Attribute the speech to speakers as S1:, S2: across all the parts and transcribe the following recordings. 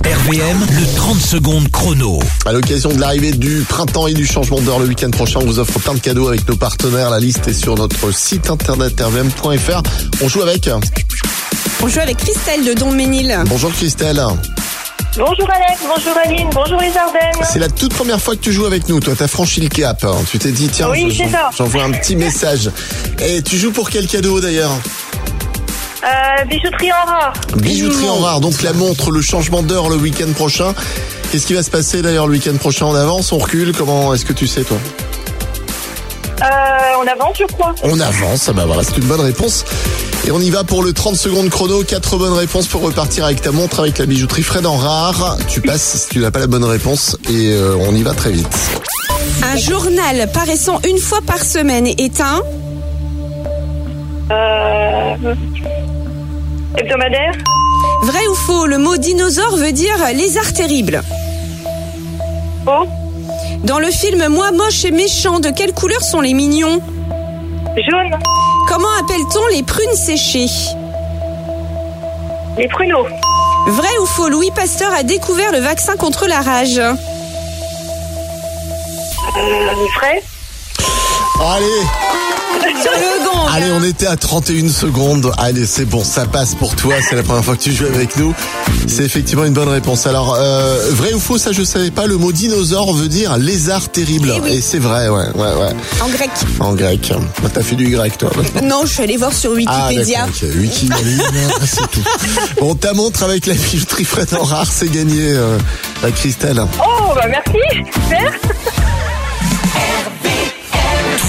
S1: RVM, le 30 secondes chrono.
S2: À l'occasion de l'arrivée du printemps et du changement d'heure le week-end prochain, on vous offre plein de cadeaux avec nos partenaires. La liste est sur notre site internet rvm.fr. On joue avec.
S3: On joue avec Christelle de Donménil.
S2: Bonjour Christelle.
S4: Bonjour Alex, bonjour Aline, bonjour les Ardennes.
S2: C'est la toute première fois que tu joues avec nous. Toi, t'as franchi le cap. hein. Tu t'es dit, tiens,
S4: Oui,
S2: je-
S4: c'est ça.
S2: j'envoie un petit message. Et tu joues pour quel cadeau d'ailleurs
S4: Euh, bijouterie en rare.
S2: Bijouterie en rare, donc la montre, le changement d'heure le week-end prochain. Qu'est-ce qui va se passer d'ailleurs le week-end prochain On avance, on recule Comment est-ce que tu sais toi
S4: Euh, on avance, je crois.
S2: On avance, ah bah voilà, c'est une bonne réponse. Et on y va pour le 30 secondes chrono, Quatre bonnes réponses pour repartir avec ta montre avec la bijouterie Fred en rare. Tu passes si tu n'as pas la bonne réponse et euh, on y va très vite.
S3: Un journal paraissant une fois par semaine est un
S4: Euh, hebdomadaire.
S3: vrai ou faux. Le mot dinosaure veut dire lézard terrible.
S4: Beau.
S3: Dans le film Moi moche et méchant, de quelle couleur sont les mignons
S4: Jaune.
S3: Comment appelle-t-on les prunes séchées
S4: Les pruneaux. Euh,
S3: Vrai ou faux. Louis Pasteur a découvert le vaccin contre la rage.
S4: Euh, frais.
S2: Allez
S3: Sur le gong.
S2: Allez, on était à 31 secondes. Allez, c'est bon, ça passe pour toi. C'est la première fois que tu joues avec nous. C'est effectivement une bonne réponse. Alors, euh, vrai ou faux, ça je savais pas. Le mot dinosaure veut dire lézard terrible.
S3: Eh oui.
S2: Et c'est vrai, ouais, ouais, ouais.
S3: En grec.
S2: En grec. Bah, T'as fait du grec, toi.
S3: Non, je suis allée voir sur Wikipédia.
S2: Ah, d'accord, ok. Wikimarine, c'est tout. Bon, ta montre avec la bijouterie Fred en rare, c'est gagné, euh, la Christelle.
S4: Oh, bah merci. Super.
S1: Tous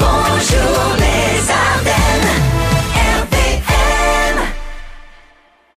S5: bonjour les Ardennes.